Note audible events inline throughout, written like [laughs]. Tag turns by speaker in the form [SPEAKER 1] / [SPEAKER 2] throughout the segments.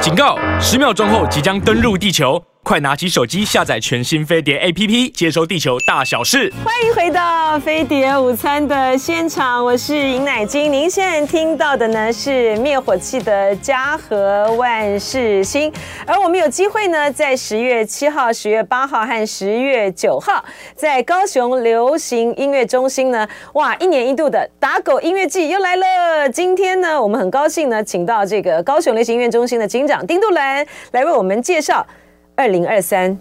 [SPEAKER 1] 警告！十秒钟后即将登陆地球，快拿起手机下载全新飞碟 APP，接收地球大小事。
[SPEAKER 2] 欢迎回到飞碟午餐的现场，我是尹乃金。您现在听到的呢是灭火器的嘉禾万事兴，而我们有机会呢，在十月七号、十月八号和十月九号，在高雄流行音乐中心呢，哇，一年一度的打狗音乐季又来了。今天呢，我们很高兴呢，请到这个高雄流行音乐中心的警长丁杜兰来为我们介绍二零二三。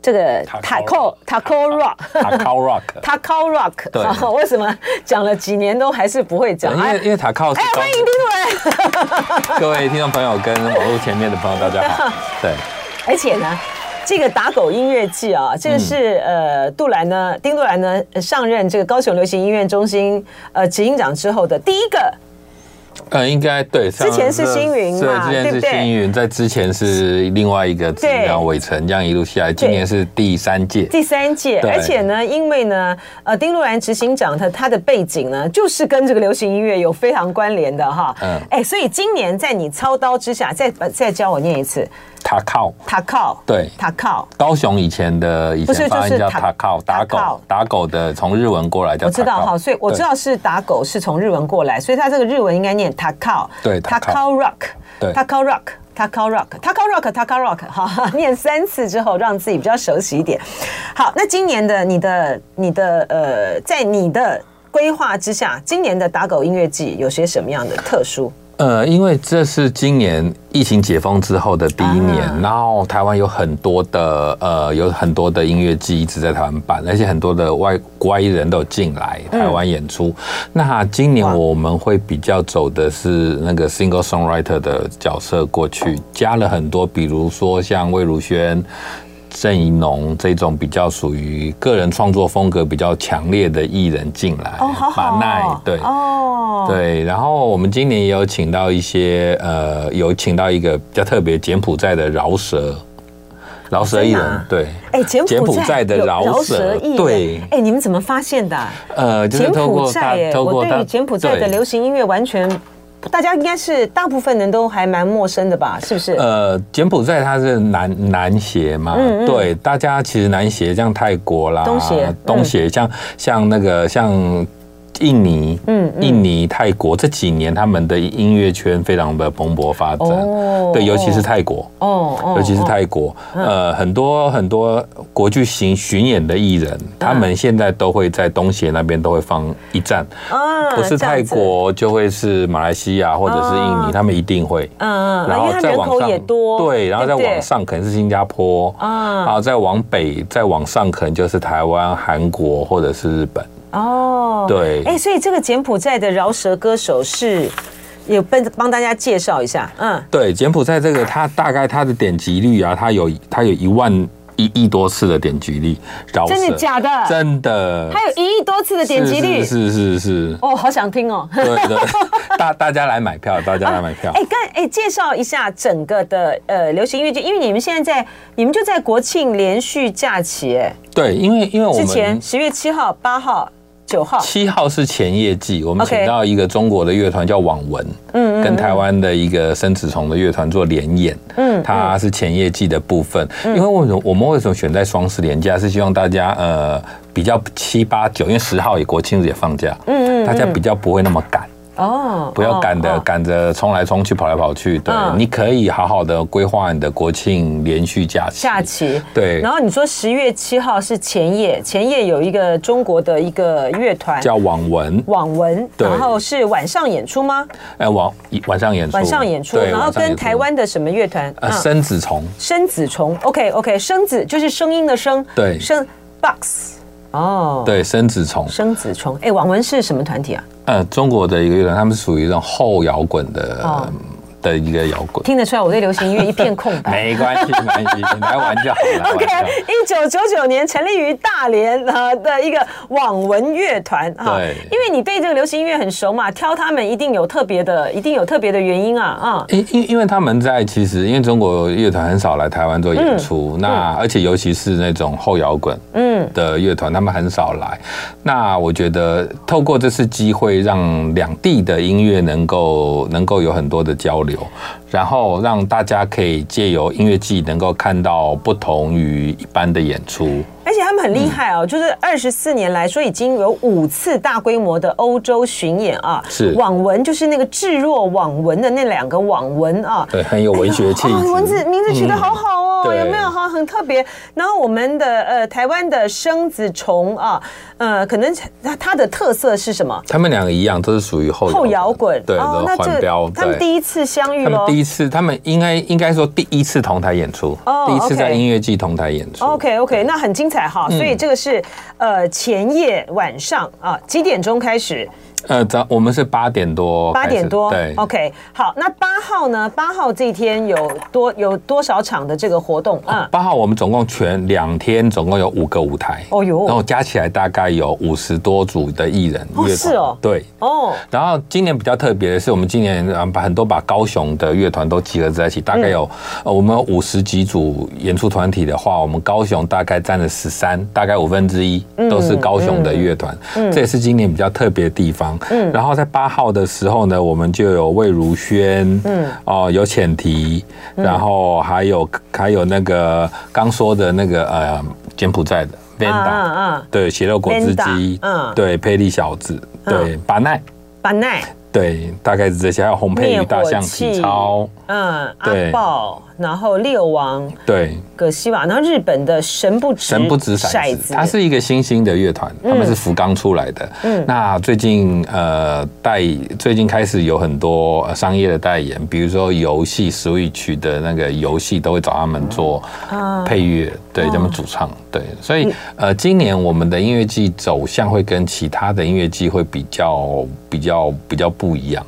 [SPEAKER 2] 这个 taco taco rock
[SPEAKER 3] 塔靠 rock，
[SPEAKER 2] Taco Rock，
[SPEAKER 3] 对
[SPEAKER 2] 啊为什么讲了几年都还是不会
[SPEAKER 3] 对
[SPEAKER 2] 讲？
[SPEAKER 3] 因为因为塔靠是
[SPEAKER 2] 哎，
[SPEAKER 3] 高
[SPEAKER 2] 欢迎丁主任。
[SPEAKER 3] 各位听众朋友跟网络前面的朋友，大
[SPEAKER 2] [laughs]
[SPEAKER 3] 家好。对，
[SPEAKER 2] [laughs] 而且呢，这个打狗音乐季啊，这个是、
[SPEAKER 3] 嗯
[SPEAKER 2] 呃杜兰呢，丁杜兰呢呃上任这个高雄流行音乐中心呃执行长之后的第一个，
[SPEAKER 3] 呃，应该对，上
[SPEAKER 2] 之前是星云嘛
[SPEAKER 3] 对，之前
[SPEAKER 2] 对不
[SPEAKER 3] 是
[SPEAKER 2] 对
[SPEAKER 3] 星云，在之前是另外一个子
[SPEAKER 2] 对
[SPEAKER 3] 然后伟成，这样一路下来，今年是第三届。
[SPEAKER 2] 第三届，
[SPEAKER 3] 对
[SPEAKER 2] 而且呢，因为呢，呃，丁路兰执行长他他的背景呢，就是跟这个流行音乐有非常关联的哈。嗯
[SPEAKER 3] 嗯，
[SPEAKER 2] 哎，所以今年在你操刀之下，再呃再教我念一次
[SPEAKER 3] 塔靠，
[SPEAKER 2] 塔靠，
[SPEAKER 3] 对
[SPEAKER 2] 塔靠，
[SPEAKER 3] 高雄以前的以
[SPEAKER 2] 不是
[SPEAKER 3] 前发
[SPEAKER 2] 就
[SPEAKER 3] 音
[SPEAKER 2] 是
[SPEAKER 3] 叫
[SPEAKER 2] 塔
[SPEAKER 3] 塔靠，打
[SPEAKER 2] 塔靠
[SPEAKER 3] 狗打狗的，从日文过来叫
[SPEAKER 2] 我
[SPEAKER 3] 塔靠。
[SPEAKER 2] 知道哈，所以我
[SPEAKER 3] 对
[SPEAKER 2] 知道是打狗是从日文过来，所以它这个日文应该念 takao，
[SPEAKER 3] 对
[SPEAKER 2] t a k a
[SPEAKER 3] takao
[SPEAKER 2] o rock，
[SPEAKER 3] 对
[SPEAKER 2] t a k a o rock。Takao Rock，Takao Rock，Takao Rock，好， [laughs] 念三次之后，让自己比较熟悉一点。好，那今年的你的你的呃，在你的规划之下，今年的打狗音乐季有些什么样的特殊？
[SPEAKER 3] 呃，因为这是今年疫情解封之后的第一年，
[SPEAKER 2] 啊
[SPEAKER 3] 然后台湾有很多的呃，有很多的音乐季一直在台湾办，而且很多的外国外艺人都有进来
[SPEAKER 2] 嗯
[SPEAKER 3] 台湾演出。那今年
[SPEAKER 2] 哇
[SPEAKER 3] 我们会比较走的是那个 single songwriter 的角色过去，加了很多，比如说像魏如萱。郑怡农这种比较属于个人创作风格比较强烈的艺人进来，
[SPEAKER 2] 哦，好好哦，
[SPEAKER 3] 哎马奈对，
[SPEAKER 2] 哦，
[SPEAKER 3] 对，然后我们今年也有请到一些呃，有请到一个比较特别柬埔寨的饶舌，饶舌艺
[SPEAKER 2] 真的啊
[SPEAKER 3] 人，对，
[SPEAKER 2] 哎，柬
[SPEAKER 3] 柬
[SPEAKER 2] 埔
[SPEAKER 3] 埔
[SPEAKER 2] 寨
[SPEAKER 3] 寨的
[SPEAKER 2] 有
[SPEAKER 3] 饶舌
[SPEAKER 2] 艺人
[SPEAKER 3] 对
[SPEAKER 2] 哎，你们怎么发现的啊？
[SPEAKER 3] 呃，就是
[SPEAKER 2] 柬
[SPEAKER 3] 透
[SPEAKER 2] 埔
[SPEAKER 3] 过
[SPEAKER 2] 寨
[SPEAKER 3] 他
[SPEAKER 2] 耶，，
[SPEAKER 3] 透
[SPEAKER 2] 我
[SPEAKER 3] 过
[SPEAKER 2] 对
[SPEAKER 3] 他
[SPEAKER 2] 于柬埔寨的
[SPEAKER 3] 对
[SPEAKER 2] 流行音乐完全，大家应该是大部分人都还蛮陌生的吧？是不是？
[SPEAKER 3] 呃，柬埔寨它是南南协嘛，对，大家其实南协像泰国啦，
[SPEAKER 2] 嗯东协嗯
[SPEAKER 3] 东协像像那个像。印尼，
[SPEAKER 2] 嗯
[SPEAKER 3] 嗯，印尼、泰国这几年他们的音乐圈非常的蓬勃发展，
[SPEAKER 2] 哦
[SPEAKER 3] 对，尤其是泰国，
[SPEAKER 2] 哦哦
[SPEAKER 3] 尤其是
[SPEAKER 2] 哦
[SPEAKER 3] 泰国，呃，很多很多国剧巡巡演的艺人，
[SPEAKER 2] 嗯
[SPEAKER 3] 他们现在都会在东协那边都会放一站，
[SPEAKER 2] 啊
[SPEAKER 3] 不是
[SPEAKER 2] 这样
[SPEAKER 3] 泰
[SPEAKER 2] 子
[SPEAKER 3] 国就会是马来西亚或者是印
[SPEAKER 2] 哦
[SPEAKER 3] 尼，他们一定会。
[SPEAKER 2] 嗯嗯，
[SPEAKER 3] 然
[SPEAKER 2] 因
[SPEAKER 3] 后
[SPEAKER 2] 为它
[SPEAKER 3] 再
[SPEAKER 2] 人
[SPEAKER 3] 往
[SPEAKER 2] 口
[SPEAKER 3] 上
[SPEAKER 2] 也多，
[SPEAKER 3] 对，然后再
[SPEAKER 2] 不对
[SPEAKER 3] 往上可能是新加坡，
[SPEAKER 2] 啊
[SPEAKER 3] 然后再往北，再往上可能就是台湾、韩国或者是日本，
[SPEAKER 2] 哦，
[SPEAKER 3] 对
[SPEAKER 2] 哎，所以这个柬埔寨的饶舌歌手是有帮帮大家介绍一下，嗯，
[SPEAKER 3] 对，柬埔寨这个它大概它的点击率啊，它有它有一万一亿多次的点击率，饶
[SPEAKER 2] 真的
[SPEAKER 3] 舌
[SPEAKER 2] 假的
[SPEAKER 3] 真的，
[SPEAKER 2] 还有一亿多次的点击率，，
[SPEAKER 3] 是是是是是
[SPEAKER 2] 哦，好想听哦。
[SPEAKER 3] 对 [laughs] 对，大大家来买票，大家来买票
[SPEAKER 2] 哎，。刚哎，介绍一下整个的呃流行音乐剧，因为你们现在在你们就在国庆连续假期，哎，
[SPEAKER 3] 对，因为因为我
[SPEAKER 2] 之前
[SPEAKER 3] 们
[SPEAKER 2] 十月七号、八号、九号，
[SPEAKER 3] 七号是前夜祭，我们
[SPEAKER 2] OK
[SPEAKER 3] 请到一个中国的乐团叫网文，嗯，跟台湾的一个生子虫的乐团做联演，嗯，它是前夜祭的部分。因为为什么我们为什么选在双十连假，是希望大家呃比较七八九，因为十号也国庆日也放假，嗯嗯，大家比较不会那么赶。
[SPEAKER 2] 哦，
[SPEAKER 3] 不要赶
[SPEAKER 2] 哦
[SPEAKER 3] 的
[SPEAKER 2] 哦
[SPEAKER 3] 赶着冲来冲去、跑来跑去。对
[SPEAKER 2] 嗯，
[SPEAKER 3] 你可以好好的规划你的国庆连续假期。
[SPEAKER 2] 假期。
[SPEAKER 3] 对
[SPEAKER 2] 然，后你说十月七号是前夜，前夜有一个中国的一个乐团
[SPEAKER 3] 叫网文，
[SPEAKER 2] 网文，
[SPEAKER 3] 对
[SPEAKER 2] 然后是晚上演出吗？
[SPEAKER 3] 哎，晚晚上演出，
[SPEAKER 2] 晚上演出，
[SPEAKER 3] 对
[SPEAKER 2] 然后
[SPEAKER 3] 晚上演
[SPEAKER 2] 跟
[SPEAKER 3] 出
[SPEAKER 2] 台湾的什么乐团？
[SPEAKER 3] 呃
[SPEAKER 2] 嗯
[SPEAKER 3] 生子虫，
[SPEAKER 2] 生子虫，OK OK，生子就是声音的声，
[SPEAKER 3] 对
[SPEAKER 2] 生 box，哦，，
[SPEAKER 3] 对生子虫，
[SPEAKER 2] 生子虫。哎，网文是什么团体啊？
[SPEAKER 3] 呃，中国的一个乐团，他们是属于一种后摇滚的、嗯
[SPEAKER 2] 哦
[SPEAKER 3] 的一个摇滚。
[SPEAKER 2] 听得出来我对流行音乐一片空白。
[SPEAKER 3] 没关系，没关系，你来玩就好
[SPEAKER 2] [laughs]
[SPEAKER 3] 了。
[SPEAKER 2] OK，
[SPEAKER 3] 来玩就好
[SPEAKER 2] 一九九九年成立于大连呃的一个网文乐团哈，
[SPEAKER 3] 对
[SPEAKER 2] 因为你对这个流行音乐很熟嘛，挑他们一定有特别的，一定有特别的原因啊啊、
[SPEAKER 3] 因因因为他们在其实因为中国乐团很少来台湾做演
[SPEAKER 2] 嗯
[SPEAKER 3] 出，那而且尤其是那种后摇滚嗯的乐团，他们很少来。那我觉得透过这次机会，让两地的音乐能够能够有很多的交流，然后让大家可以借由音乐季能够看到不同于一般的演出。
[SPEAKER 2] 而且他们很厉害
[SPEAKER 3] 嗯
[SPEAKER 2] 哦，就是二十四年来说已经有五次大规模的欧洲巡演啊。
[SPEAKER 3] 是
[SPEAKER 2] 网文就是那个置若网文的那两个网文啊。
[SPEAKER 3] 对，很有文学气质。
[SPEAKER 2] 哦，文字名字取得好好哦，
[SPEAKER 3] 嗯对
[SPEAKER 2] 有没有哈？很特别。然后我们的呃台湾的生子虫啊，呃，可能它它的特色是什么？
[SPEAKER 3] 他们两个一样，都是属于后
[SPEAKER 2] 后摇滚哦
[SPEAKER 3] 对的
[SPEAKER 2] 那
[SPEAKER 3] 环标。
[SPEAKER 2] 他们
[SPEAKER 3] 对
[SPEAKER 2] 第一次相遇
[SPEAKER 3] 他们
[SPEAKER 2] 喽。
[SPEAKER 3] 第一次，他们应该应该说第一次同台演出
[SPEAKER 2] 哦，
[SPEAKER 3] 第一次在
[SPEAKER 2] OK 哦
[SPEAKER 3] 音乐季同台演出。
[SPEAKER 2] OK OK，那很精彩
[SPEAKER 3] 嗯
[SPEAKER 2] 哈。所以这个是呃前夜晚上啊几点钟开始？
[SPEAKER 3] 呃，早我们是八点多哦开
[SPEAKER 2] 八
[SPEAKER 3] 始，
[SPEAKER 2] 点多，哦
[SPEAKER 3] 对
[SPEAKER 2] OK，好，那八号呢？八号这一天有多有多少场的这个活动？嗯，
[SPEAKER 3] 啊八号我们总共全两天，总共有五个舞台。
[SPEAKER 2] 哦哟
[SPEAKER 3] 然后加起来大概有五十多组的艺人
[SPEAKER 2] 哦
[SPEAKER 3] 乐团
[SPEAKER 2] 是哦
[SPEAKER 3] 对。
[SPEAKER 2] 哦，
[SPEAKER 3] 然后今年比较特别的是，我们今年啊把很多把高雄的乐团都集合在一起，大概
[SPEAKER 2] 嗯
[SPEAKER 3] 有、呃我们有五十几组演出团体的话，我们高雄大概占了十三，大概五分之一
[SPEAKER 2] 嗯
[SPEAKER 3] 都是高雄的乐团，这也是今年比较特别的地方。嗯，然后在八号的时候呢，我们就有魏如萱，嗯，哦、有浅提，
[SPEAKER 2] 嗯
[SPEAKER 3] 然后还有还有那个刚说的那个呃柬埔寨的 Vanda，、
[SPEAKER 2] 啊，
[SPEAKER 3] 对，血肉果汁
[SPEAKER 2] Vanda，
[SPEAKER 3] 机，
[SPEAKER 2] 嗯
[SPEAKER 3] 对，佩利小子，对，巴奈。
[SPEAKER 2] 板奈，
[SPEAKER 3] 对，大概是这些，还有烘焙与大象体操，
[SPEAKER 2] 嗯，阿
[SPEAKER 3] 对
[SPEAKER 2] 豹，然后猎王、
[SPEAKER 3] 对，
[SPEAKER 2] 葛西瓦，然后日本的神不知
[SPEAKER 3] 神不知
[SPEAKER 2] 骰
[SPEAKER 3] 骰
[SPEAKER 2] 子
[SPEAKER 3] 子，它是一个新兴的乐团，他们是福冈出来的。嗯，那最近呃代最近开始有很多呃商业的代言，比如说游戏 Switch 的那个游戏都会找他们做配乐，对他们主唱，对，所以呃今年我们的音乐季走向会跟其他的音乐季会比较比较比较不一样。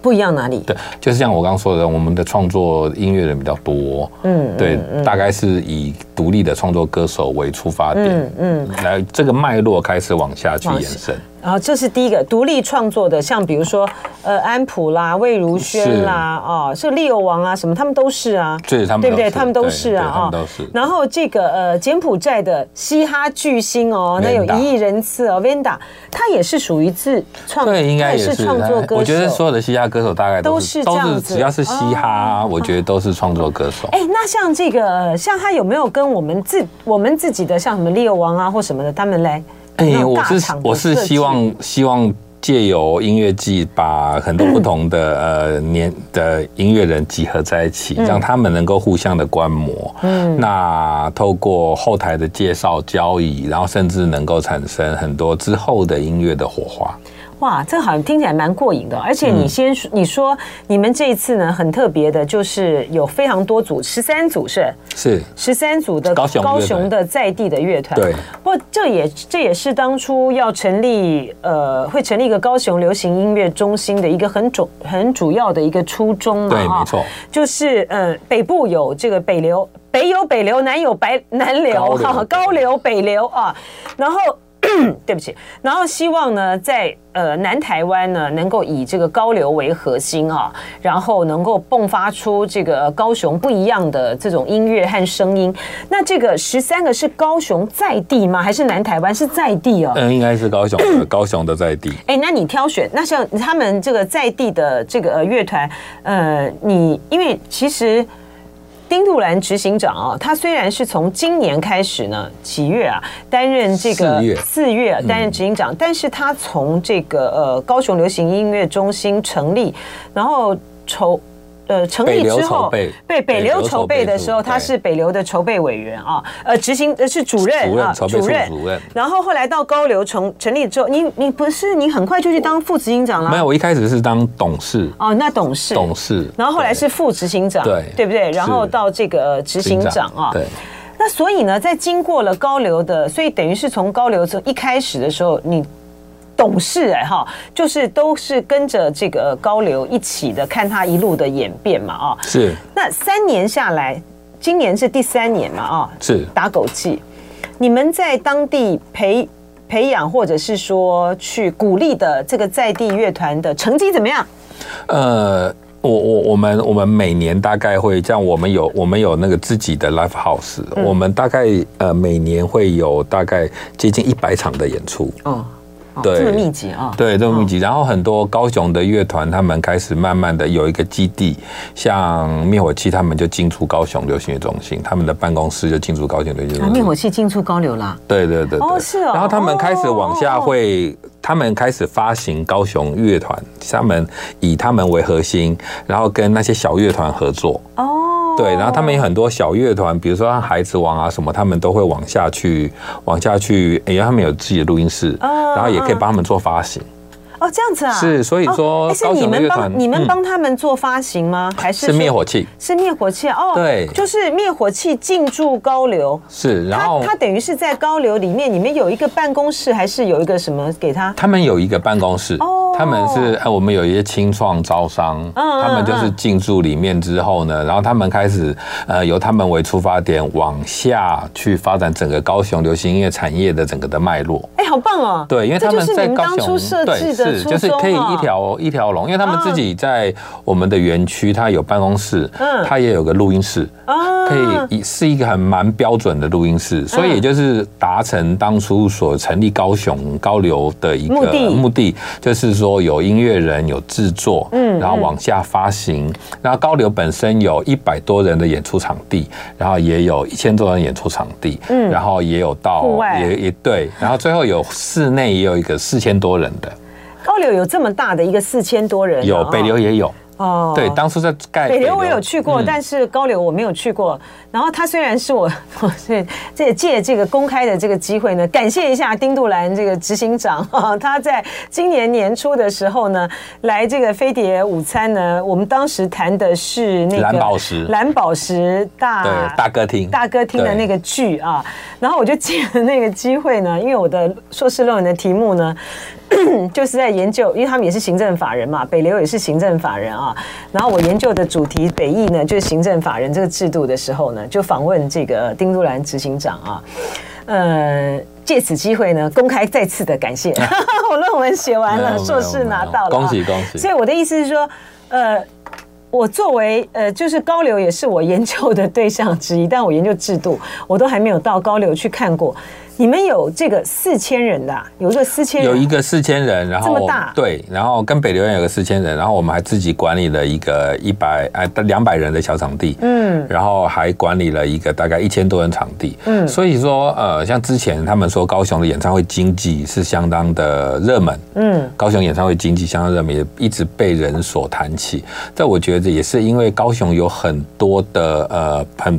[SPEAKER 2] 不一样哪里？
[SPEAKER 3] 对，就是像我刚刚说的，我们的创作音乐人比较多，嗯，对，大概是以独立的创作歌手为出发点，嗯，来这个脉络开始往下去
[SPEAKER 2] 往
[SPEAKER 3] 延
[SPEAKER 2] 下
[SPEAKER 3] 伸，
[SPEAKER 2] 然后这是第一个独立创作的，像比如说呃安普啦、魏如萱啦、哦，是猎王啊什么，他们都是啊，
[SPEAKER 3] 对他们
[SPEAKER 2] 对不
[SPEAKER 3] 都
[SPEAKER 2] 对？
[SPEAKER 3] 是
[SPEAKER 2] 他们都
[SPEAKER 3] 对
[SPEAKER 2] 是
[SPEAKER 3] 对
[SPEAKER 2] 啊，
[SPEAKER 3] 他们
[SPEAKER 2] 哦
[SPEAKER 3] 都是
[SPEAKER 2] 然后这个呃柬埔寨的嘻哈巨星哦，那有
[SPEAKER 3] Vanda
[SPEAKER 2] 一亿人次哦，Vanda，他也是属于自创，
[SPEAKER 3] 对，应
[SPEAKER 2] 他
[SPEAKER 3] 该也是哎
[SPEAKER 2] 是创作歌手。
[SPEAKER 3] 我觉得所有的嘻哈歌手大概都是
[SPEAKER 2] 都是这样子哦
[SPEAKER 3] 只要是嘻哈，我觉得都是创作歌手。
[SPEAKER 2] 哎，那像这个，呃像他有没有跟我们自我们自己的像什么猎王啊或什么的，他们来？那种
[SPEAKER 3] 哎我
[SPEAKER 2] 大
[SPEAKER 3] 是
[SPEAKER 2] 厂的
[SPEAKER 3] 我是
[SPEAKER 2] 设计
[SPEAKER 3] 希望希望借由音乐季，把很多不同的、呃年的音乐人集合在一起，
[SPEAKER 2] 嗯
[SPEAKER 3] 让他们能够互相的观摩。嗯，那透过后台的介绍、交易，然后甚至能够产生很多之后的音乐的火花。
[SPEAKER 2] 哇，这好像听起来蛮过瘾的哦。而
[SPEAKER 3] 嗯
[SPEAKER 2] 且你先说、你说你们这一次呢很特别的，就是有非常多组，十三组是
[SPEAKER 3] 是
[SPEAKER 2] 十三组的
[SPEAKER 3] 高雄乐团
[SPEAKER 2] 的在地的乐团，
[SPEAKER 3] 对，
[SPEAKER 2] 不过这也这也是当初要成立呃会成立一个高雄流行音乐中心的一个很主很主要的一个初衷啊嘛，
[SPEAKER 3] 对
[SPEAKER 2] 哈
[SPEAKER 3] 没错，
[SPEAKER 2] 就是呃北部有这个北流，北有北流，南有白南流
[SPEAKER 3] 高流
[SPEAKER 2] 哈，高流北流啊，然后。 [coughs] 对不起，然后希望呢，在呃南台湾呢，能够以这个高流为核心啊，然后能够迸发出这个呃高雄不一样的这种音乐和声音。那这个十三个是高雄在地吗？还是南台湾是在地哦？
[SPEAKER 3] 嗯，应该是高雄的高雄的在地。
[SPEAKER 2] 哎，那你挑选那像他们这个在地的这个呃乐团，呃，你因为其实丁杜兰执行长啊，他虽然是从今年开始呢，几月啊担任这个
[SPEAKER 3] 四月嗯
[SPEAKER 2] 四月担任执行长，但是他从这个呃高雄流行音乐中心成立，然后筹。呃，成立
[SPEAKER 3] 北流
[SPEAKER 2] 之后
[SPEAKER 3] 筹备，
[SPEAKER 2] 对北
[SPEAKER 3] 北
[SPEAKER 2] 流
[SPEAKER 3] 流
[SPEAKER 2] 筹
[SPEAKER 3] 筹
[SPEAKER 2] 备
[SPEAKER 3] 备
[SPEAKER 2] 的
[SPEAKER 3] 处
[SPEAKER 2] 时候，他
[SPEAKER 3] 对
[SPEAKER 2] 是北流的筹备委员啊，呃，执行呃是主任
[SPEAKER 3] 主任
[SPEAKER 2] 啊，
[SPEAKER 3] 筹备处主任
[SPEAKER 2] 然后后来到高流成成立之后，你你不是你很快就去当副执行长了？
[SPEAKER 3] 没有，我一开始是当董事，
[SPEAKER 2] 哦，那董事。
[SPEAKER 3] 董事，
[SPEAKER 2] 然后后来是副执行长，
[SPEAKER 3] 对
[SPEAKER 2] 对不对？然后
[SPEAKER 3] 是
[SPEAKER 2] 到这个呃执
[SPEAKER 3] 对
[SPEAKER 2] 行长啊，
[SPEAKER 3] 对。
[SPEAKER 2] 那所以呢，在经过了高流的，所以等于是从高流从一开始的时候，你董事哎哈，就是都是跟着这个呃高流一起的，看他一路的演变嘛啊。
[SPEAKER 3] 是
[SPEAKER 2] 那三年下来，今年是第三年嘛啊，
[SPEAKER 3] 是
[SPEAKER 2] 打狗记，你们在当地培培养或者是说去鼓励的这个在地乐团的成绩怎么样？
[SPEAKER 3] 呃，我我我们我们每年大概会这样，我们有我们有那个自己的 live house，、我们大概呃每年会有大概接近一百场的演出。
[SPEAKER 2] 哦，哦
[SPEAKER 3] 对
[SPEAKER 4] 这么密集啊，
[SPEAKER 3] 对，这么密集。然后很多高雄的乐团，他们开始慢慢的有一个基地，像灭火器，他们就进驻高雄流行乐中心，他们的办公室就进驻高雄流行
[SPEAKER 4] 啊，
[SPEAKER 3] 乐中
[SPEAKER 4] 灭
[SPEAKER 3] 心。
[SPEAKER 4] 火器进出高流啦，
[SPEAKER 3] 对对对对，
[SPEAKER 2] 哦是哦
[SPEAKER 3] 然后他们开始往下会，他们开始发行高雄乐团，他们以他们为核心，然后跟那些小乐团合作。
[SPEAKER 2] 哦，
[SPEAKER 3] 对，然后他们有很多小乐团，比如说像孩子王啊什么，他们都会往下去，往下去，因为他们有自己的录音室，
[SPEAKER 2] 嗯
[SPEAKER 3] 然后也可以帮他们做发行。
[SPEAKER 2] 哦这样子啊，
[SPEAKER 3] 是所以说
[SPEAKER 2] 哦哎是
[SPEAKER 3] 高
[SPEAKER 2] 你
[SPEAKER 3] 雄的
[SPEAKER 2] 们
[SPEAKER 3] 乐团
[SPEAKER 2] 帮你们
[SPEAKER 3] 嗯
[SPEAKER 2] 帮他们做发行吗？还是
[SPEAKER 3] 是灭
[SPEAKER 2] 说
[SPEAKER 3] 火器，
[SPEAKER 2] 是灭火器啊哦，
[SPEAKER 3] 对
[SPEAKER 2] 就是灭火器进驻高流。
[SPEAKER 3] 是，然
[SPEAKER 2] 它
[SPEAKER 3] 后
[SPEAKER 2] 它等于是在高流里面，你们有一个办公室，还是有一个什么给他？
[SPEAKER 3] 他们有一个办公室
[SPEAKER 2] 哦，
[SPEAKER 3] 他们是呃我们有一些清创招商，
[SPEAKER 2] 嗯
[SPEAKER 3] 他们就是进驻里面之后呢，然后他们开始呃由他们为出发点往下去发展整个高雄流行音乐产业的整个的脉络。
[SPEAKER 2] 哎，好棒哦！
[SPEAKER 3] 对，因为
[SPEAKER 2] 这
[SPEAKER 3] 他
[SPEAKER 2] 就
[SPEAKER 3] 们
[SPEAKER 2] 是
[SPEAKER 3] 在
[SPEAKER 2] 你们
[SPEAKER 3] 高
[SPEAKER 2] 当初
[SPEAKER 3] 雄
[SPEAKER 2] 设，
[SPEAKER 3] 对，
[SPEAKER 2] 计的
[SPEAKER 3] 是
[SPEAKER 2] 初
[SPEAKER 3] 就是
[SPEAKER 2] 衷
[SPEAKER 3] 可以
[SPEAKER 2] 哦
[SPEAKER 3] 一条一条龙，因为他们自己在我们的园区，它有办公室
[SPEAKER 2] 嗯，
[SPEAKER 3] 它也有个录音室，
[SPEAKER 2] 啊
[SPEAKER 3] 可以以是一个很蛮标准的录音室，所
[SPEAKER 2] 嗯
[SPEAKER 3] 以也就是达成当初所成立高雄高流的一个
[SPEAKER 2] 目的
[SPEAKER 3] 目的就是说有音乐人有制作，嗯，然后往下发行，然后高流本身有一百多人的演出场地，然后也有一千多人演出场地，嗯，然后也有到
[SPEAKER 2] 户外
[SPEAKER 3] 也也对，然后最后有室内也有一个四千多人的，
[SPEAKER 2] 高流有这么大的一个四千多人啊，
[SPEAKER 3] 有北流也有，
[SPEAKER 2] 哦
[SPEAKER 3] 对，当初在盖
[SPEAKER 2] 北流我有去过，
[SPEAKER 3] 嗯
[SPEAKER 2] 但是高流我没有去过。然后他虽然是我， [laughs] 我是这借这个公开的这个机会呢，感谢一下丁杜兰这个执行长， [laughs] 哈，他在今年年初的时候呢，来这个飞碟午餐呢，我们当时谈的是那个
[SPEAKER 3] 蓝宝石
[SPEAKER 2] 蓝宝石大
[SPEAKER 3] 对大歌
[SPEAKER 2] 啊
[SPEAKER 3] 厅，
[SPEAKER 2] 大哥听的那
[SPEAKER 3] 个
[SPEAKER 2] 个剧啊，然后我就借了那个机会呢，因为我的硕士论文的题目呢， [clears throat] 就是在研究，因为他们也是行政法人嘛，北流也是行政法人啊，然后我研究的主题北艺呢，就是行政法人这个制度的时候呢，就访问这个丁都兰执行长啊，呃，借此机会呢，公开再次的感
[SPEAKER 3] [laughs]
[SPEAKER 2] 谢，我论文写完
[SPEAKER 3] 没
[SPEAKER 2] 了，
[SPEAKER 3] 有
[SPEAKER 2] 硕士
[SPEAKER 3] 没有
[SPEAKER 2] 拿
[SPEAKER 3] 没有
[SPEAKER 2] 到了啊，
[SPEAKER 3] 恭喜恭喜
[SPEAKER 2] 所以我的意思是说，呃。我作为呃，就是高流也是我研究的对象之一，但我研究制度，我都还没有到高流去看过。你们有这个四千人的啊、有一个四千人，
[SPEAKER 3] 有一个四千人，然后
[SPEAKER 2] 这么大
[SPEAKER 3] 对，然后跟北流院有个四千人，然后我们还自己管理了一个一百哎两百人的小场地，嗯，然后还管理了一个大概一千多人场地，嗯，所以说呃，像之前他们说高雄的演唱会经济是相当的热门，嗯，高雄演唱会经济相当热门，也一直被人所谈起，但我觉得也是因为高雄有很多的呃很。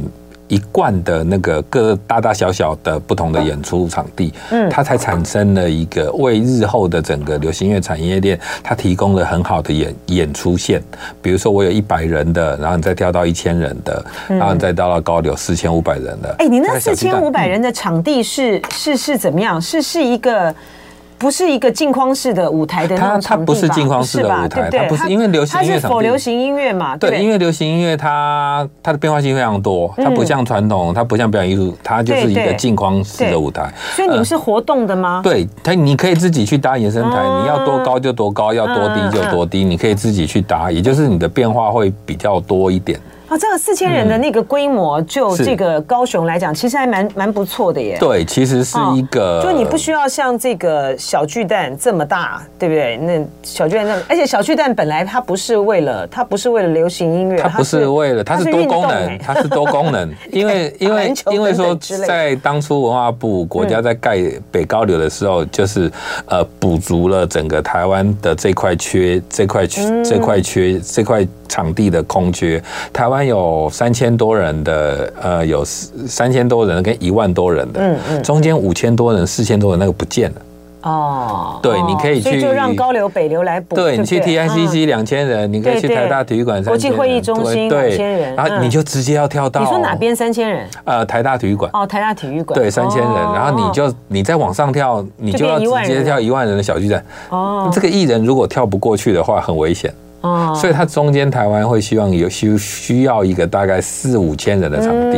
[SPEAKER 3] 一贯的那个各大大小小的不同的演出场地，嗯，它才产生了一个为日后的整个流行音乐产业链，它提供了很好的演演出线。比如说，我有一百人的，然后你再跳到一千人的，然后你再到到高流四千五百人的。
[SPEAKER 2] 嗯哎、你那
[SPEAKER 3] 再小
[SPEAKER 2] 四
[SPEAKER 3] 巨蛋
[SPEAKER 2] 千五百人的场地是是是怎么样？是是一个。不是一个镜框式的舞台的那种
[SPEAKER 3] 它它
[SPEAKER 2] 场地吧
[SPEAKER 3] 不是镜框式的
[SPEAKER 2] 是吧
[SPEAKER 3] 舞台
[SPEAKER 2] 对对
[SPEAKER 3] 它不是因为流行音乐
[SPEAKER 2] 它是
[SPEAKER 3] 场地
[SPEAKER 2] 否流行音乐嘛？不
[SPEAKER 3] 对，因为流行音乐它它的变化性非常多，它不像传统，它不像表演艺术，它就是一
[SPEAKER 2] 对
[SPEAKER 3] 个
[SPEAKER 2] 嗯对
[SPEAKER 3] 镜框式
[SPEAKER 2] 对
[SPEAKER 3] 的舞台。
[SPEAKER 2] 所以你们是活动的吗？
[SPEAKER 3] 对它，你可以自己去搭延伸台，
[SPEAKER 2] 嗯
[SPEAKER 3] 你要多高就多高，要多低就多低，你可以自己去搭，也就是你的变化会比较多一点。
[SPEAKER 2] 啊，这个四千人的那个规模，就是这个高雄来讲，其实还蛮蛮不错的耶。
[SPEAKER 3] 对，其实是一个，
[SPEAKER 2] 哦就你不需要像这个小巨蛋这么大，对不对？那小巨蛋那么，而且小巨蛋本来它不是为了它不是为了流行音乐，
[SPEAKER 3] 它不是为了，它是多功
[SPEAKER 2] 运动
[SPEAKER 3] 能，
[SPEAKER 2] 哎
[SPEAKER 3] 它是多功
[SPEAKER 2] [laughs]
[SPEAKER 3] 能，因为因
[SPEAKER 2] 打
[SPEAKER 3] 为
[SPEAKER 2] 篮球
[SPEAKER 3] 因为
[SPEAKER 2] 等
[SPEAKER 3] 说
[SPEAKER 2] 等之类的嗯
[SPEAKER 3] 在当初文化部国家在盖北高流的时候，就是呃补足了整个台湾的这块缺这块缺
[SPEAKER 2] 嗯
[SPEAKER 3] 这块缺这块场地的空缺。台湾有三千多人的，呃，有三千多人的跟一万多人的，
[SPEAKER 2] 嗯
[SPEAKER 3] 中间五千多人、四千多人那个不见了。
[SPEAKER 2] 哦，
[SPEAKER 3] 对
[SPEAKER 2] 哦
[SPEAKER 3] 你可以
[SPEAKER 2] 所以
[SPEAKER 3] 去
[SPEAKER 2] 就让高流北流来补，
[SPEAKER 3] 对你去
[SPEAKER 2] 不对嗯
[SPEAKER 3] TICC 两千人，你可以去
[SPEAKER 2] 对对
[SPEAKER 3] 台大体育馆
[SPEAKER 2] 国际
[SPEAKER 3] 3000
[SPEAKER 2] 会议
[SPEAKER 3] 人
[SPEAKER 2] 中
[SPEAKER 3] 对
[SPEAKER 2] 心2000
[SPEAKER 3] 对
[SPEAKER 2] 人
[SPEAKER 3] 然后
[SPEAKER 2] 嗯
[SPEAKER 3] 你就直接要跳到
[SPEAKER 2] 你说哪边三千人？
[SPEAKER 3] 呃台大体育馆。
[SPEAKER 2] 哦，台大体育馆
[SPEAKER 3] 对，三千人，
[SPEAKER 2] 哦
[SPEAKER 3] 然后你就你再往上跳，你
[SPEAKER 2] 就
[SPEAKER 3] 就要
[SPEAKER 2] 变1万
[SPEAKER 3] 直接
[SPEAKER 2] 人
[SPEAKER 3] 跳一万人的小巨蛋。
[SPEAKER 2] 哦
[SPEAKER 3] 这个艺人如果跳不过去的话，很危险。
[SPEAKER 2] 哦嗯
[SPEAKER 3] 所以他中间台湾会希望有需需要一个大概四五千人的场地，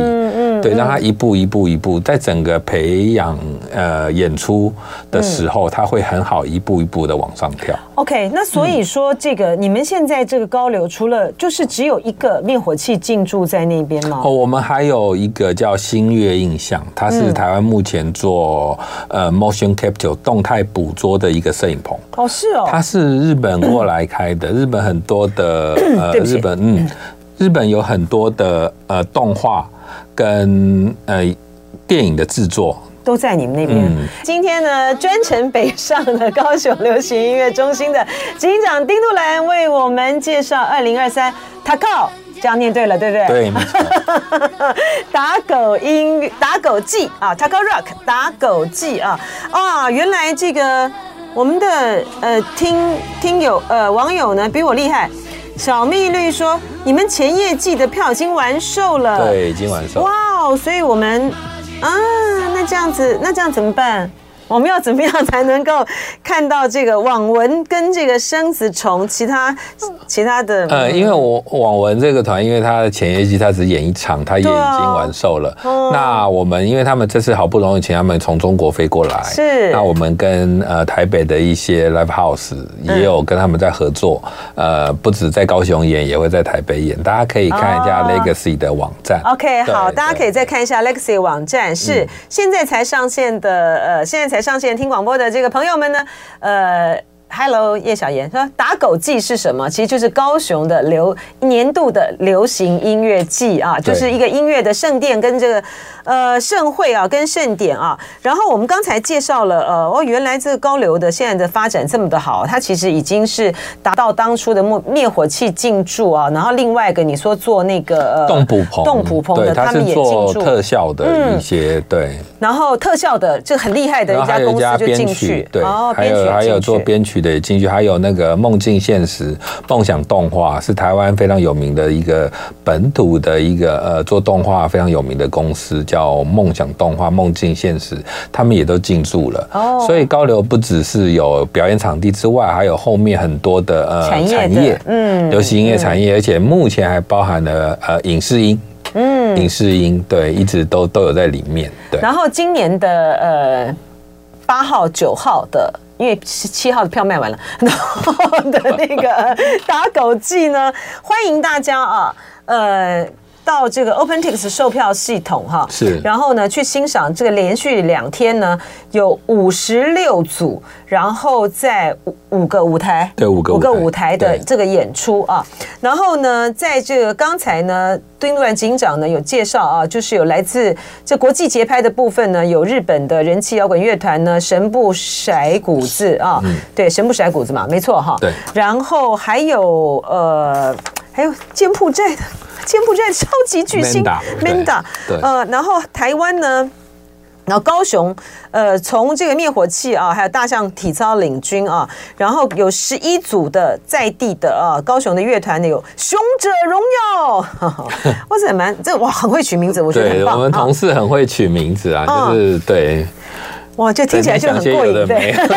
[SPEAKER 3] 对，让他一步一步一步，在整个培养呃演出的
[SPEAKER 2] 嗯
[SPEAKER 3] 时候，他会很好一步一步的往上跳。
[SPEAKER 2] OK，那所以说这个、你们现在这个高流，除了就是只有一个灭火器进驻在那边吗
[SPEAKER 3] 哦，？我们还有一个叫星月印象，它
[SPEAKER 2] 嗯
[SPEAKER 3] 是台湾目前做呃 motion capture 动态捕捉的一个摄影棚。
[SPEAKER 2] 哦，是哦，
[SPEAKER 3] 它是日本过来开
[SPEAKER 2] [coughs]
[SPEAKER 3] 的，日本很多的呃，
[SPEAKER 2] 对不起
[SPEAKER 3] 日本嗯，日本有很多的呃动画跟呃电影的制作，
[SPEAKER 2] 都在你们那边。
[SPEAKER 3] 嗯
[SPEAKER 2] 今天呢，专程北上的高雄流行音乐中心的执行长丁杜兰为我们介绍二零二三 Taco，这样念对了，对不对？。
[SPEAKER 3] 对，没错
[SPEAKER 2] [laughs] 打狗音打狗记啊，Taco Rock 打狗记啊啊，原来这个我们的呃听听友呃网友呢比我厉害。小蜜绿说：“你们前夜季的票已经完售了。”
[SPEAKER 3] 对，
[SPEAKER 2] [laughs]
[SPEAKER 3] 已经完售。
[SPEAKER 2] 哇哦，所以我们啊，那这样子，那这样怎么办？我们要怎么样才能够看到这个网纹跟这个生子虫，其他其他的？
[SPEAKER 3] 呃，因为我网文这个团，因为它的前业绩它只演一场，它也已经
[SPEAKER 2] 对啊
[SPEAKER 3] 完售了。
[SPEAKER 2] 嗯
[SPEAKER 3] 那我们因为他们这次好不容易请他们从中国飞过来，
[SPEAKER 2] 是
[SPEAKER 3] 那我们跟呃台北的一些 live house
[SPEAKER 2] 嗯
[SPEAKER 3] 也有跟他们在合作，呃，不止在高雄演，也会在台北演，大家可以看一下
[SPEAKER 2] 哦
[SPEAKER 3] Legacy 的网站。
[SPEAKER 2] OK，
[SPEAKER 3] 对
[SPEAKER 2] 好，
[SPEAKER 3] 对嗯
[SPEAKER 2] 大家可以再看一下 Lexi 网站，是、现在才上线的，呃，现在才上线听广播的这个朋友们呢，呃。Hello，叶小妍说打狗季是什么？其实就是高雄的流年度的流行音乐季啊，就
[SPEAKER 3] 对
[SPEAKER 2] 是一个音乐的盛殿跟这个呃盛会啊，跟盛典啊。然后我们刚才介绍了，呃，哦，原来这个高流的现在的发展这么的好，它其实已经是达到当初的灭灭火器进驻啊。然后另外一个你说做那个呃
[SPEAKER 3] 动捕棚，
[SPEAKER 2] 动捕棚
[SPEAKER 3] 对，
[SPEAKER 2] 的，
[SPEAKER 3] 它
[SPEAKER 2] 他
[SPEAKER 3] 是
[SPEAKER 2] 们也
[SPEAKER 3] 做
[SPEAKER 2] 进驻，嗯
[SPEAKER 3] 特效的一些，对，
[SPEAKER 2] 然后特效的就很厉害的
[SPEAKER 3] 然
[SPEAKER 2] 一
[SPEAKER 3] 后
[SPEAKER 2] 家
[SPEAKER 3] 还有
[SPEAKER 2] 公
[SPEAKER 3] 一
[SPEAKER 2] 司
[SPEAKER 3] 家
[SPEAKER 2] 就
[SPEAKER 3] 编
[SPEAKER 2] 进
[SPEAKER 3] 曲
[SPEAKER 2] 去，，哦
[SPEAKER 3] 对，还有还有做，编曲的也进去，还有那个梦境现实、梦想动画是台湾非常有名的一个本土的一个呃做动画非常有名的公司，叫梦想动画、梦境现实，他们也都进驻了。
[SPEAKER 2] 哦
[SPEAKER 3] 所以高流不只是有表演场地之外，还有后面很多的呃
[SPEAKER 2] 产业的嗯
[SPEAKER 3] 嗯，流行音乐产业，而且目前还包含了呃影视音。嗯，影视音对，一直都都有在里面。对，
[SPEAKER 2] 然后今年的呃八号、九号的。因为十七号的票卖完了， [laughs] 然后的那个呃打狗季呢，欢迎大家啊，呃，到这个 OpenTix 售票系统哈，
[SPEAKER 3] 是
[SPEAKER 2] 然后呢去欣赏这个连续两天呢有五十六组，然后在五五个舞台，
[SPEAKER 3] 对五个舞台
[SPEAKER 2] 舞台的
[SPEAKER 3] 对
[SPEAKER 2] 这个演出啊。然后呢，在这个刚才呢，丁乱警长呢有介绍啊，就是有来自这国际节拍的部分呢，有日本的人气摇滚乐团呢，神不甩谷子啊，
[SPEAKER 3] 嗯
[SPEAKER 2] 对，神不甩谷子嘛，没错哈。
[SPEAKER 3] 对
[SPEAKER 2] 然后还有呃，还有柬埔寨的柬埔寨超级巨星
[SPEAKER 3] Manda，对
[SPEAKER 2] Manda，
[SPEAKER 3] 对
[SPEAKER 2] 呃，然后台湾呢？然后高雄，呃，从这个灭火器啊，还有大象体操领军啊，然后有十一组的在地的啊，高雄的乐团呢有雄者荣耀， [laughs] 哇塞，蛮这哇很会取名字，我觉得
[SPEAKER 3] [laughs] 对
[SPEAKER 2] 很
[SPEAKER 3] 我
[SPEAKER 2] 棒。
[SPEAKER 3] 们同
[SPEAKER 2] 啊
[SPEAKER 3] 事很会取名字啊，
[SPEAKER 2] 嗯
[SPEAKER 3] 就是对，
[SPEAKER 2] 哇，这听起来就很过瘾，
[SPEAKER 3] 对
[SPEAKER 2] 对，[laughs]
[SPEAKER 3] 没想些有
[SPEAKER 2] 觉
[SPEAKER 3] 的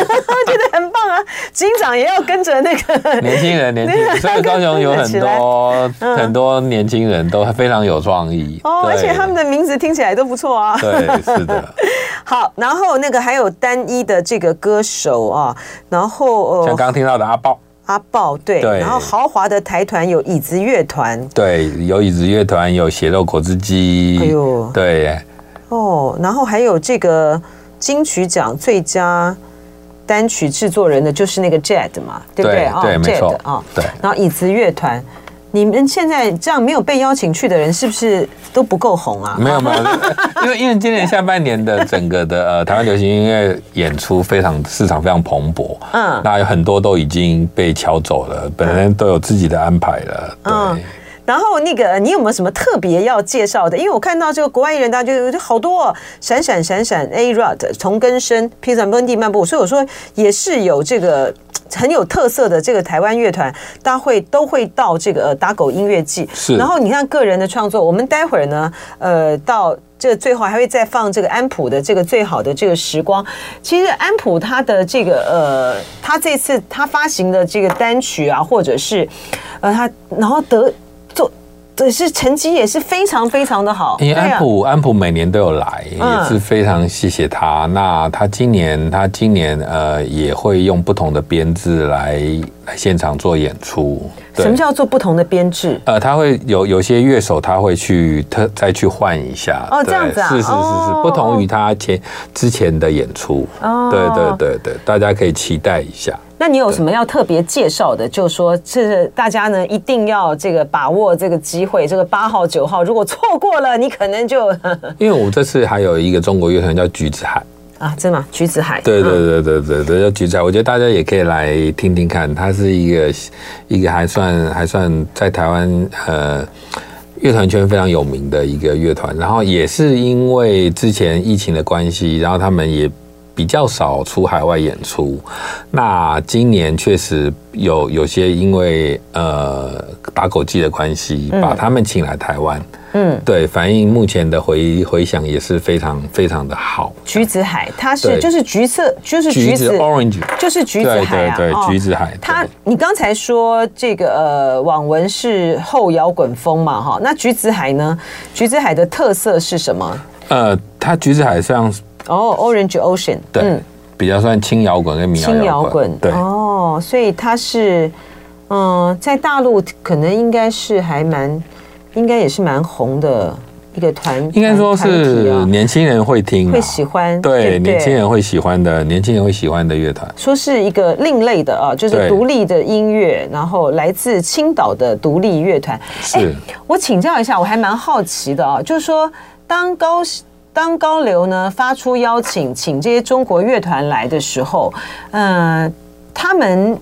[SPEAKER 2] 得很棒啊。警长也要跟着那个
[SPEAKER 3] 年轻人，年
[SPEAKER 2] [laughs]
[SPEAKER 3] 轻人，所以高雄有很多很多年轻人都非常有创意
[SPEAKER 2] 嗯哦，
[SPEAKER 3] 对
[SPEAKER 2] 而且他们的名字听起来都不错啊。
[SPEAKER 3] 对
[SPEAKER 2] [laughs]
[SPEAKER 3] 是的，
[SPEAKER 2] 好，然后那个还有单一的这个歌手啊，然后呃
[SPEAKER 3] 像刚刚听到的阿豹，
[SPEAKER 2] 阿豹对，
[SPEAKER 3] 对
[SPEAKER 2] 然后豪华的台团有椅子乐团
[SPEAKER 3] 对，有椅子乐团，有血肉果汁机，
[SPEAKER 2] 哎呦
[SPEAKER 3] 对，
[SPEAKER 2] 哦，然后还有这个金曲奖最佳单曲制作人的就是那个 Jed 嘛，对不对
[SPEAKER 3] 对
[SPEAKER 2] 啊
[SPEAKER 3] 对没错
[SPEAKER 2] Jed 啊，
[SPEAKER 3] 对
[SPEAKER 2] 然后椅子乐团。你们现在这样没有被邀请去的人，是不是都不够红啊？
[SPEAKER 3] 没有
[SPEAKER 2] [laughs]
[SPEAKER 3] 没有，因为因为今年下半年的整个的呃台湾流行音乐演出非常市场非常蓬勃，
[SPEAKER 2] 嗯
[SPEAKER 3] 那有很多都已经被敲走了，本身都有自己的安排了，对。
[SPEAKER 2] 嗯然后那个，你有没有什么特别要介绍的？因为我看到这个国外艺人，大家就就好多、哦、闪闪闪闪 A Rod、从根生、Pizza m o n d y 漫步，所以我说也是有这个嘖很有特色的这个台湾乐团，大家会都会到这个呃打狗音乐季。
[SPEAKER 3] 是
[SPEAKER 2] 然哦后你看个人的创作，我们待会儿呢，呃，到。这最后还会再放这个安普的这个最好的这个时光。其实安普他的这个呃，他这次他发行的这个单曲啊，或者是呃他然后得做也是成绩也是非常非常的好。
[SPEAKER 3] 因为哎安
[SPEAKER 2] 对啊
[SPEAKER 3] 普、安普每年都有来，
[SPEAKER 2] 嗯
[SPEAKER 3] 也是非常谢谢他。那他今年他今年呃也会用不同的编制来来现场做演出。对
[SPEAKER 2] 什么叫做不同的编制？
[SPEAKER 3] 呃，他会有有些乐手，他会去特再去换一下
[SPEAKER 2] 哦
[SPEAKER 3] 对
[SPEAKER 2] 这样子啊
[SPEAKER 3] 是是是
[SPEAKER 2] 哦
[SPEAKER 3] 是，不同于他前之前的演出，
[SPEAKER 2] 哦
[SPEAKER 3] 对对对对，大家可以期待一下。
[SPEAKER 2] 那你有什么要特别介绍的？就说这大家呢一定要这个把握这个机会，这个八号九号如果错过了，你可能就
[SPEAKER 3] 因为我这次还有一个中国乐团叫橘子海，
[SPEAKER 2] 啊，真的吗？橘子海，
[SPEAKER 3] 对
[SPEAKER 2] 嗯
[SPEAKER 3] 对对对对对，叫橘子海，我觉得大家也可以来听听看，它是一个一个还算还算在台湾呃。乐团圈非常有名的一个乐团，然后也是因为之前疫情的关系，然后他们也比较少出海外演出。那今年确实有有些因为呃打狗季的关系，把他们请来台湾，
[SPEAKER 2] 嗯，
[SPEAKER 3] 对，反映目前的回回响也是非常非常的好。
[SPEAKER 2] 橘子海，它是
[SPEAKER 3] 对
[SPEAKER 2] 就是橘色，就是
[SPEAKER 3] 橘
[SPEAKER 2] 橘
[SPEAKER 3] 子
[SPEAKER 2] 子
[SPEAKER 3] orange，
[SPEAKER 2] 就是橘子海啊，
[SPEAKER 3] 对对对
[SPEAKER 2] 哦
[SPEAKER 3] 橘子海
[SPEAKER 2] 它
[SPEAKER 3] 对，
[SPEAKER 2] 你刚才说这个呃，网文是后摇滚风嘛，哈，那橘子海呢？橘子海的特色是什么？
[SPEAKER 3] 呃，它橘子海像
[SPEAKER 2] 哦、o r a n g e Ocean，
[SPEAKER 3] 对、比较算轻摇滚跟民
[SPEAKER 2] 轻
[SPEAKER 3] 谣
[SPEAKER 2] 摇
[SPEAKER 3] 摇滚
[SPEAKER 2] 滚，，
[SPEAKER 3] 对、
[SPEAKER 2] 哦，所以它是，嗯、在大陆可能应该是还蛮，应该也是蛮红的一个团，
[SPEAKER 3] 应该说
[SPEAKER 2] 团团体
[SPEAKER 3] 是
[SPEAKER 2] 啊
[SPEAKER 3] 年轻人会听啊、
[SPEAKER 2] 会喜欢，
[SPEAKER 3] 对
[SPEAKER 2] 不
[SPEAKER 3] 年轻人会喜欢的，年轻人会喜欢的乐团。
[SPEAKER 2] 说是一个另类的啊，就是
[SPEAKER 3] 对
[SPEAKER 2] 独立的音乐，然后来自青岛的独立乐团。
[SPEAKER 3] 是
[SPEAKER 2] 我请教一下，我还蛮好奇的啊，就是说，当高当高流呢发出邀请，请这些中国乐团来的时候，呃，他们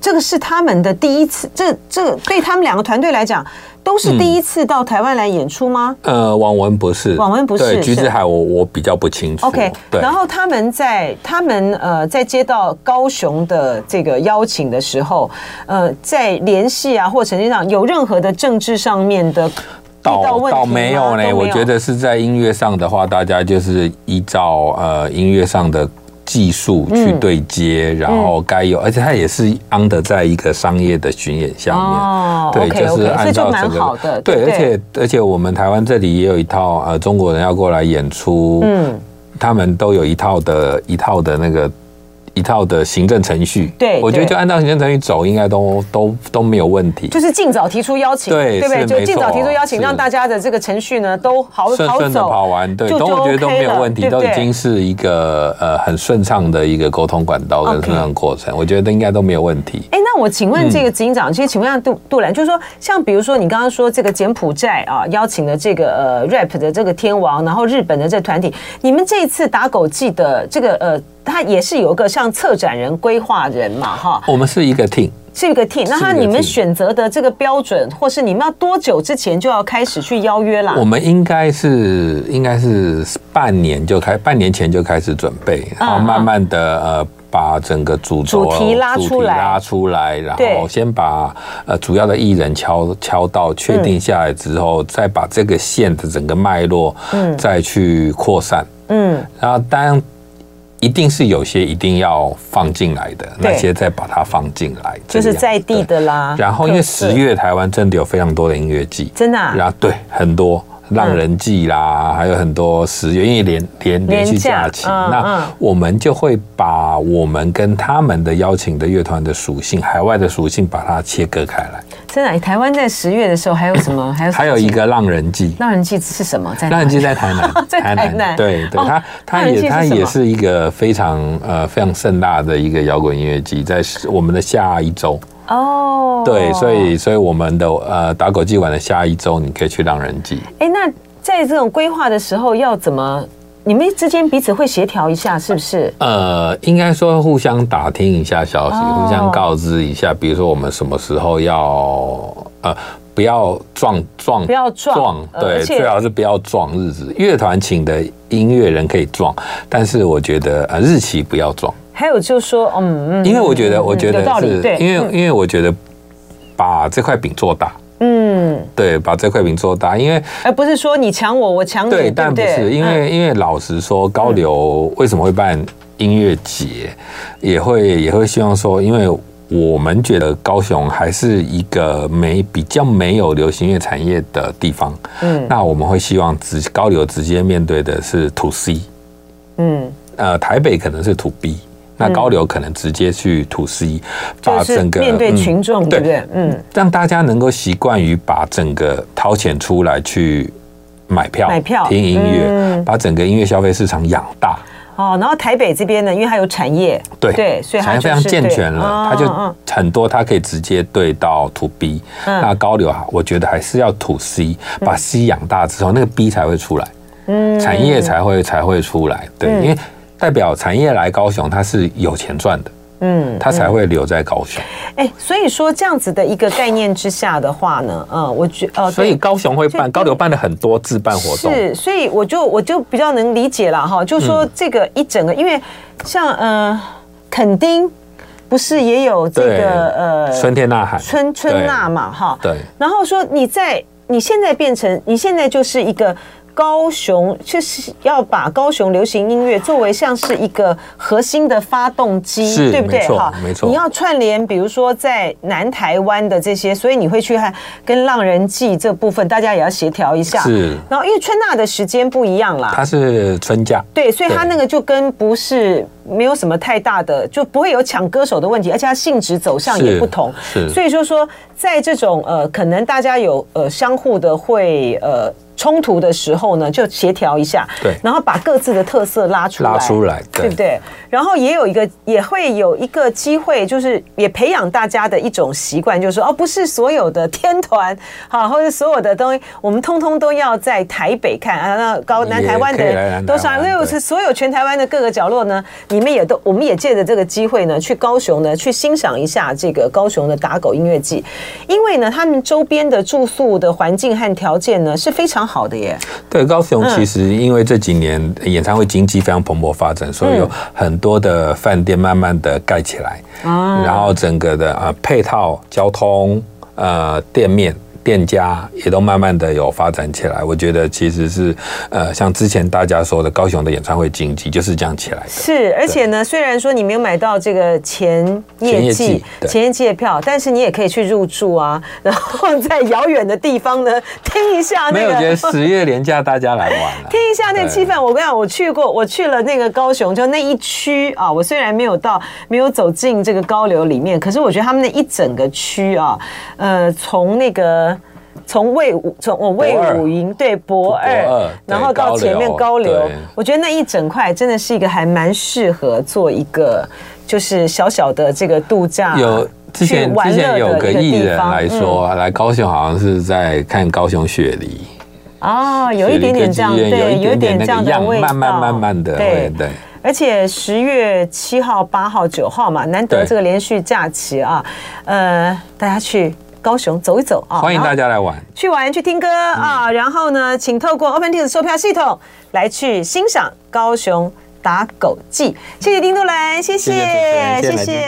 [SPEAKER 2] 这个是他们的第一次，这这个对他们两个团队来讲，都是第一次到台湾来演出吗？
[SPEAKER 3] 呃，网文不是，
[SPEAKER 2] 网文不是
[SPEAKER 3] 对橘
[SPEAKER 2] 是
[SPEAKER 3] 子海我我比较不清楚。
[SPEAKER 2] OK，
[SPEAKER 3] 对，
[SPEAKER 2] 然后他们在他们呃在接到高雄的这个邀请的时候，呃，在联系啊或成绩上有任何的政治上面的遇到
[SPEAKER 3] 倒
[SPEAKER 2] 问题
[SPEAKER 3] 倒
[SPEAKER 2] 吗
[SPEAKER 3] 没有
[SPEAKER 2] 都
[SPEAKER 3] 呢，我觉得是在音乐上的话，大家就是依照呃音乐上的。技术
[SPEAKER 2] 嗯
[SPEAKER 3] 去对接，然后该有，而且它也是安德在一个商业的巡演下面，
[SPEAKER 2] 哦
[SPEAKER 3] 对，
[SPEAKER 2] ，OK
[SPEAKER 3] 就是
[SPEAKER 2] OK，所以
[SPEAKER 3] 按
[SPEAKER 2] 就
[SPEAKER 3] 照
[SPEAKER 2] 蛮
[SPEAKER 3] 整
[SPEAKER 2] 好的，
[SPEAKER 3] 个对，而且而且我们台湾这里也有一套呃中国人要过来演出，
[SPEAKER 2] 嗯，
[SPEAKER 3] 他们都有一套的一套的那个。一套的行政程序，
[SPEAKER 2] 对
[SPEAKER 3] 我觉得
[SPEAKER 2] 对
[SPEAKER 3] 就按照行政程序走，应该都都都没有问题。
[SPEAKER 2] 就是尽早提出邀请，
[SPEAKER 3] 对
[SPEAKER 2] 不对？
[SPEAKER 3] 是
[SPEAKER 2] 就
[SPEAKER 3] 没
[SPEAKER 2] 尽早
[SPEAKER 3] 错
[SPEAKER 2] 提出邀请，
[SPEAKER 3] 是
[SPEAKER 2] 让大家的这个程序呢都好
[SPEAKER 3] 顺
[SPEAKER 2] 哦好
[SPEAKER 3] 顺的
[SPEAKER 2] 走，
[SPEAKER 3] 跑完，对，
[SPEAKER 2] 就
[SPEAKER 3] 都
[SPEAKER 2] 就
[SPEAKER 3] 我觉得都
[SPEAKER 2] OK
[SPEAKER 3] 没有
[SPEAKER 2] 了
[SPEAKER 3] 问题，
[SPEAKER 2] 对不
[SPEAKER 3] 都
[SPEAKER 2] 对
[SPEAKER 3] 已经是一个呃很顺畅的一个沟通管道跟
[SPEAKER 2] OK
[SPEAKER 3] 顺畅过程，我觉得应该都没有问题。
[SPEAKER 2] 哎，那我请
[SPEAKER 3] 嗯
[SPEAKER 2] 问这个执行长，其实请问一下杜杜兰，就是说，像比如说你刚刚说这个柬埔寨啊，邀请的这个呃 rap 的这个天王，然后日本的这团体，你们这一次打狗记的这个呃，它也是有一个像策展人、规划人嘛，哈，
[SPEAKER 3] 我们是一个 team，
[SPEAKER 2] 是一个 team。那他
[SPEAKER 3] 是一个
[SPEAKER 2] 你们
[SPEAKER 3] team
[SPEAKER 2] 选择的这个标准，或是你们要多久之前就要开始去邀约 [laughs] 啦
[SPEAKER 3] 我？们应该是应该是半年就开，半年前就开始准备，然后
[SPEAKER 2] 嗯
[SPEAKER 3] 慢慢的呃把整个主轴
[SPEAKER 2] 主题拉
[SPEAKER 3] 主题
[SPEAKER 2] 出来
[SPEAKER 3] 拉出来，然
[SPEAKER 2] 对
[SPEAKER 3] 后先把呃主要的艺人敲敲到确定下来之后，再把这个线的整个脉络再去扩散。
[SPEAKER 2] 嗯，
[SPEAKER 3] 然后当然一定是有些一定要放进来的，
[SPEAKER 2] 对
[SPEAKER 3] 那些再把它放进来，
[SPEAKER 2] 就是
[SPEAKER 3] 这样
[SPEAKER 2] 在
[SPEAKER 3] 啊
[SPEAKER 2] 地。的啦。
[SPEAKER 3] 对然后因为
[SPEAKER 2] 特色
[SPEAKER 3] 十月台湾真的有非常多的音乐季，
[SPEAKER 2] 真的啊嗯
[SPEAKER 3] 然后对很多。浪人季啦，还有很多十月，因为连连连续
[SPEAKER 2] 假
[SPEAKER 3] 假期，
[SPEAKER 2] 嗯
[SPEAKER 3] 那
[SPEAKER 2] 嗯
[SPEAKER 3] 我们就会把我们跟他们的邀请的乐团的属性、海外的属性，把它切割开来。
[SPEAKER 2] 真的啊，台湾在十月的时候还有什么？还有什么
[SPEAKER 3] 还有一个浪
[SPEAKER 2] [laughs]
[SPEAKER 3] 人季，
[SPEAKER 2] 让人记是什么？在哪
[SPEAKER 3] 那
[SPEAKER 2] 里，
[SPEAKER 3] 人机在台南
[SPEAKER 2] [laughs] 在台南
[SPEAKER 3] 对对，
[SPEAKER 2] 哦
[SPEAKER 3] 它它
[SPEAKER 2] 那人机
[SPEAKER 3] 也它
[SPEAKER 2] 是什么
[SPEAKER 3] 也是一个非常呃非常盛大的一个摇滚音乐季，在我们的下一周，
[SPEAKER 2] 哦，
[SPEAKER 3] 对，所以所以我们的呃打狗祭完的下一周，你可以去浪人祭。
[SPEAKER 2] 哎，那在这种规划的时候要怎么？你们之间彼此会协调一下，是不是？
[SPEAKER 3] 呃，应该说互相打听一下消息，
[SPEAKER 2] 哦
[SPEAKER 3] 互相告知一下，比如说我们什么时候要呃。不要撞撞，
[SPEAKER 2] 不要撞呃而
[SPEAKER 3] 对，
[SPEAKER 2] 且
[SPEAKER 3] 最好是不要撞日子。乐团请的音乐人可以撞，但是我觉得呃日期不要撞。
[SPEAKER 2] 还有就是说，嗯嗯，
[SPEAKER 3] 因为我觉得，我觉
[SPEAKER 2] 有道
[SPEAKER 3] 得
[SPEAKER 2] 理
[SPEAKER 3] 是
[SPEAKER 2] 对，
[SPEAKER 3] 因为因为我觉得把这块饼做大，
[SPEAKER 2] 嗯，
[SPEAKER 3] 对，把这块饼做大，因为
[SPEAKER 2] 而不是说你抢我，我抢你，
[SPEAKER 3] 对，
[SPEAKER 2] 对嗯
[SPEAKER 3] 但不
[SPEAKER 2] 对嗯
[SPEAKER 3] 是因为因为老实说，高流为什么会办音乐节，也会也会希望说，因为。我们觉得高雄还是一个没比较没有流行乐产业的地方。嗯，那我们会希望直高流直接面对的是 to C，
[SPEAKER 2] 嗯，
[SPEAKER 3] 呃，台北可能是 to B。那高流可能直接去 to C，把
[SPEAKER 2] 就是
[SPEAKER 3] 整个
[SPEAKER 2] 面对
[SPEAKER 3] 嗯
[SPEAKER 2] 群众，对不对？嗯，
[SPEAKER 3] 让大家能够习惯于把整个掏钱出来去买票、
[SPEAKER 2] 买票
[SPEAKER 3] 听音乐，
[SPEAKER 2] 嗯
[SPEAKER 3] 把整个音乐消费市场养大。
[SPEAKER 2] 哦，然后台北这边呢，因为它有产业，
[SPEAKER 3] 对
[SPEAKER 2] 对，所以它
[SPEAKER 3] 产业
[SPEAKER 2] 就是
[SPEAKER 3] 非常健全
[SPEAKER 2] 对
[SPEAKER 3] 了
[SPEAKER 2] 嗯，
[SPEAKER 3] 它
[SPEAKER 2] 嗯
[SPEAKER 3] 就很多，它可以直接对到 to B。那高流啊，我觉得还是要 to C，把 C 养大之后，那个 B 才会出来，
[SPEAKER 2] 嗯
[SPEAKER 3] 产业才会才会出来。对，因为代表产业来高雄，它是有钱赚的，
[SPEAKER 2] 嗯，
[SPEAKER 3] 它才会留在高雄。
[SPEAKER 2] 哎，所以说这样子的一个概念之下的话呢，嗯，我觉呃，
[SPEAKER 3] 所以
[SPEAKER 2] 对
[SPEAKER 3] 高雄会
[SPEAKER 2] 所以
[SPEAKER 3] 办，高流办了很多自办活动。嗯
[SPEAKER 2] 是，所以我就我就比较能理解了哈，就说这个一整个，因为像呃，垦丁不是也有这
[SPEAKER 3] 对，
[SPEAKER 2] 个呃
[SPEAKER 3] 春天呐喊，
[SPEAKER 2] 春春娜嘛哈，
[SPEAKER 3] 对
[SPEAKER 2] 然后说你在你现在变成你现在就是一个高雄，就是要把高雄流行音乐作为像是一个核心的发动机，
[SPEAKER 3] 是
[SPEAKER 2] 对不对
[SPEAKER 3] 没错没错
[SPEAKER 2] 你要串联，比如说在南台湾的这些，所以你会去和跟浪人记这部分，大家也要协调一下。
[SPEAKER 3] 是
[SPEAKER 2] 然后因为春娜的时间不一样啦，
[SPEAKER 3] 它是春假，
[SPEAKER 2] 对，所以他
[SPEAKER 3] 对
[SPEAKER 2] 那个就跟不是没有什么太大的，就不会有抢歌手的问题，而且他性质走向也
[SPEAKER 3] 是
[SPEAKER 2] 不同，
[SPEAKER 3] 是
[SPEAKER 2] 所以就说在这种呃，可能大家有呃相互的会呃冲突的时候呢，就协调一下，
[SPEAKER 3] 对
[SPEAKER 2] 然后把各自的特色拉出来，
[SPEAKER 3] 拉出来，
[SPEAKER 2] 对不对？然后也有一个，也会有一个机会，就是也培养大家的一种习惯，就是说，哦，不是所有的天团，哈，或者所有的东西，我们通通都要在台北看啊。那高南台湾的
[SPEAKER 3] 也可以来南
[SPEAKER 2] 人
[SPEAKER 3] 台
[SPEAKER 2] 都
[SPEAKER 3] 湾
[SPEAKER 2] 上，因为
[SPEAKER 3] 对
[SPEAKER 2] 是啊所有全台湾的各个角落呢，你们也都，我们也借着这个机会呢，去高雄呢，去欣赏一下这个高雄的打狗音乐季，因为呢，他们周边的住宿的环境和条件呢是非常好的耶。
[SPEAKER 3] 对，高雄
[SPEAKER 2] 嗯
[SPEAKER 3] 其实因为这几年演唱会经济非常蓬勃发展，所
[SPEAKER 2] 嗯
[SPEAKER 3] 以有很多的饭店慢慢的盖起来，
[SPEAKER 2] 啊
[SPEAKER 3] 然后整个的呃配套、交通、呃店面。店家也都慢慢的有发展起来，我觉得其实是，呃，像之前大家说的高雄的演唱会经济就是这样起来的。
[SPEAKER 2] 是，而且呢，虽然说你没有买到这个前
[SPEAKER 3] 前
[SPEAKER 2] 业
[SPEAKER 3] 业
[SPEAKER 2] 绩
[SPEAKER 3] 绩、对
[SPEAKER 2] 前业绩的票，但是你也可以去入住啊，然后在遥远的地方呢，听一下啊那
[SPEAKER 3] 没有，我觉得
[SPEAKER 2] 个。
[SPEAKER 3] 十月廉价大家来玩
[SPEAKER 2] [laughs]
[SPEAKER 3] 了、
[SPEAKER 2] 听一下那气氛，我跟你讲，我去过，我去了那个高雄，就那一区啊。我虽然没有到，没有走进这个高流里面，可是我觉得他们那一整个区啊，呃，从那个从魏武，从我魏
[SPEAKER 3] 博二
[SPEAKER 2] 武营对博二，
[SPEAKER 3] 博二
[SPEAKER 2] 然后
[SPEAKER 3] 对
[SPEAKER 2] 到
[SPEAKER 3] 高
[SPEAKER 2] 前面
[SPEAKER 3] 流
[SPEAKER 2] 高流
[SPEAKER 3] 对，
[SPEAKER 2] 我觉得那一整块真的是一个还蛮适合做一个就是小小的这个度假，
[SPEAKER 3] 有之前
[SPEAKER 2] 啊去玩
[SPEAKER 3] 之前
[SPEAKER 2] 乐
[SPEAKER 3] 有
[SPEAKER 2] 的
[SPEAKER 3] 个
[SPEAKER 2] 一
[SPEAKER 3] 艺
[SPEAKER 2] 地
[SPEAKER 3] 人
[SPEAKER 2] 方嗯
[SPEAKER 3] 来说、来高雄，好像是在看高雄雪梨，
[SPEAKER 2] 啊、哦，有一
[SPEAKER 3] 雪
[SPEAKER 2] 点
[SPEAKER 3] 梨歌
[SPEAKER 2] 点
[SPEAKER 3] 剧
[SPEAKER 2] 这样，
[SPEAKER 3] 院
[SPEAKER 2] 对，
[SPEAKER 3] 有
[SPEAKER 2] 有
[SPEAKER 3] 一
[SPEAKER 2] 一
[SPEAKER 3] 点
[SPEAKER 2] 点
[SPEAKER 3] 点
[SPEAKER 2] 这
[SPEAKER 3] 那
[SPEAKER 2] 样
[SPEAKER 3] 个
[SPEAKER 2] 的
[SPEAKER 3] 样，
[SPEAKER 2] 味道，
[SPEAKER 3] 慢慢慢慢的，
[SPEAKER 2] 对
[SPEAKER 3] 对对。
[SPEAKER 2] 而且十月七号、八号、九号嘛，难得
[SPEAKER 3] 对
[SPEAKER 2] 这个连续假期啊，呃，大家去高雄走一走啊，
[SPEAKER 3] 欢迎
[SPEAKER 2] 然后
[SPEAKER 3] 大嗯家来玩，
[SPEAKER 2] 去玩、去听歌啊。然后呢，请透过 OpenTix 售票系统来去欣赏高雄打狗记。谢谢丁都兰，谢
[SPEAKER 3] 谢谢主持
[SPEAKER 2] 谢
[SPEAKER 3] 人谢谢乃
[SPEAKER 2] 谢
[SPEAKER 3] 金姐。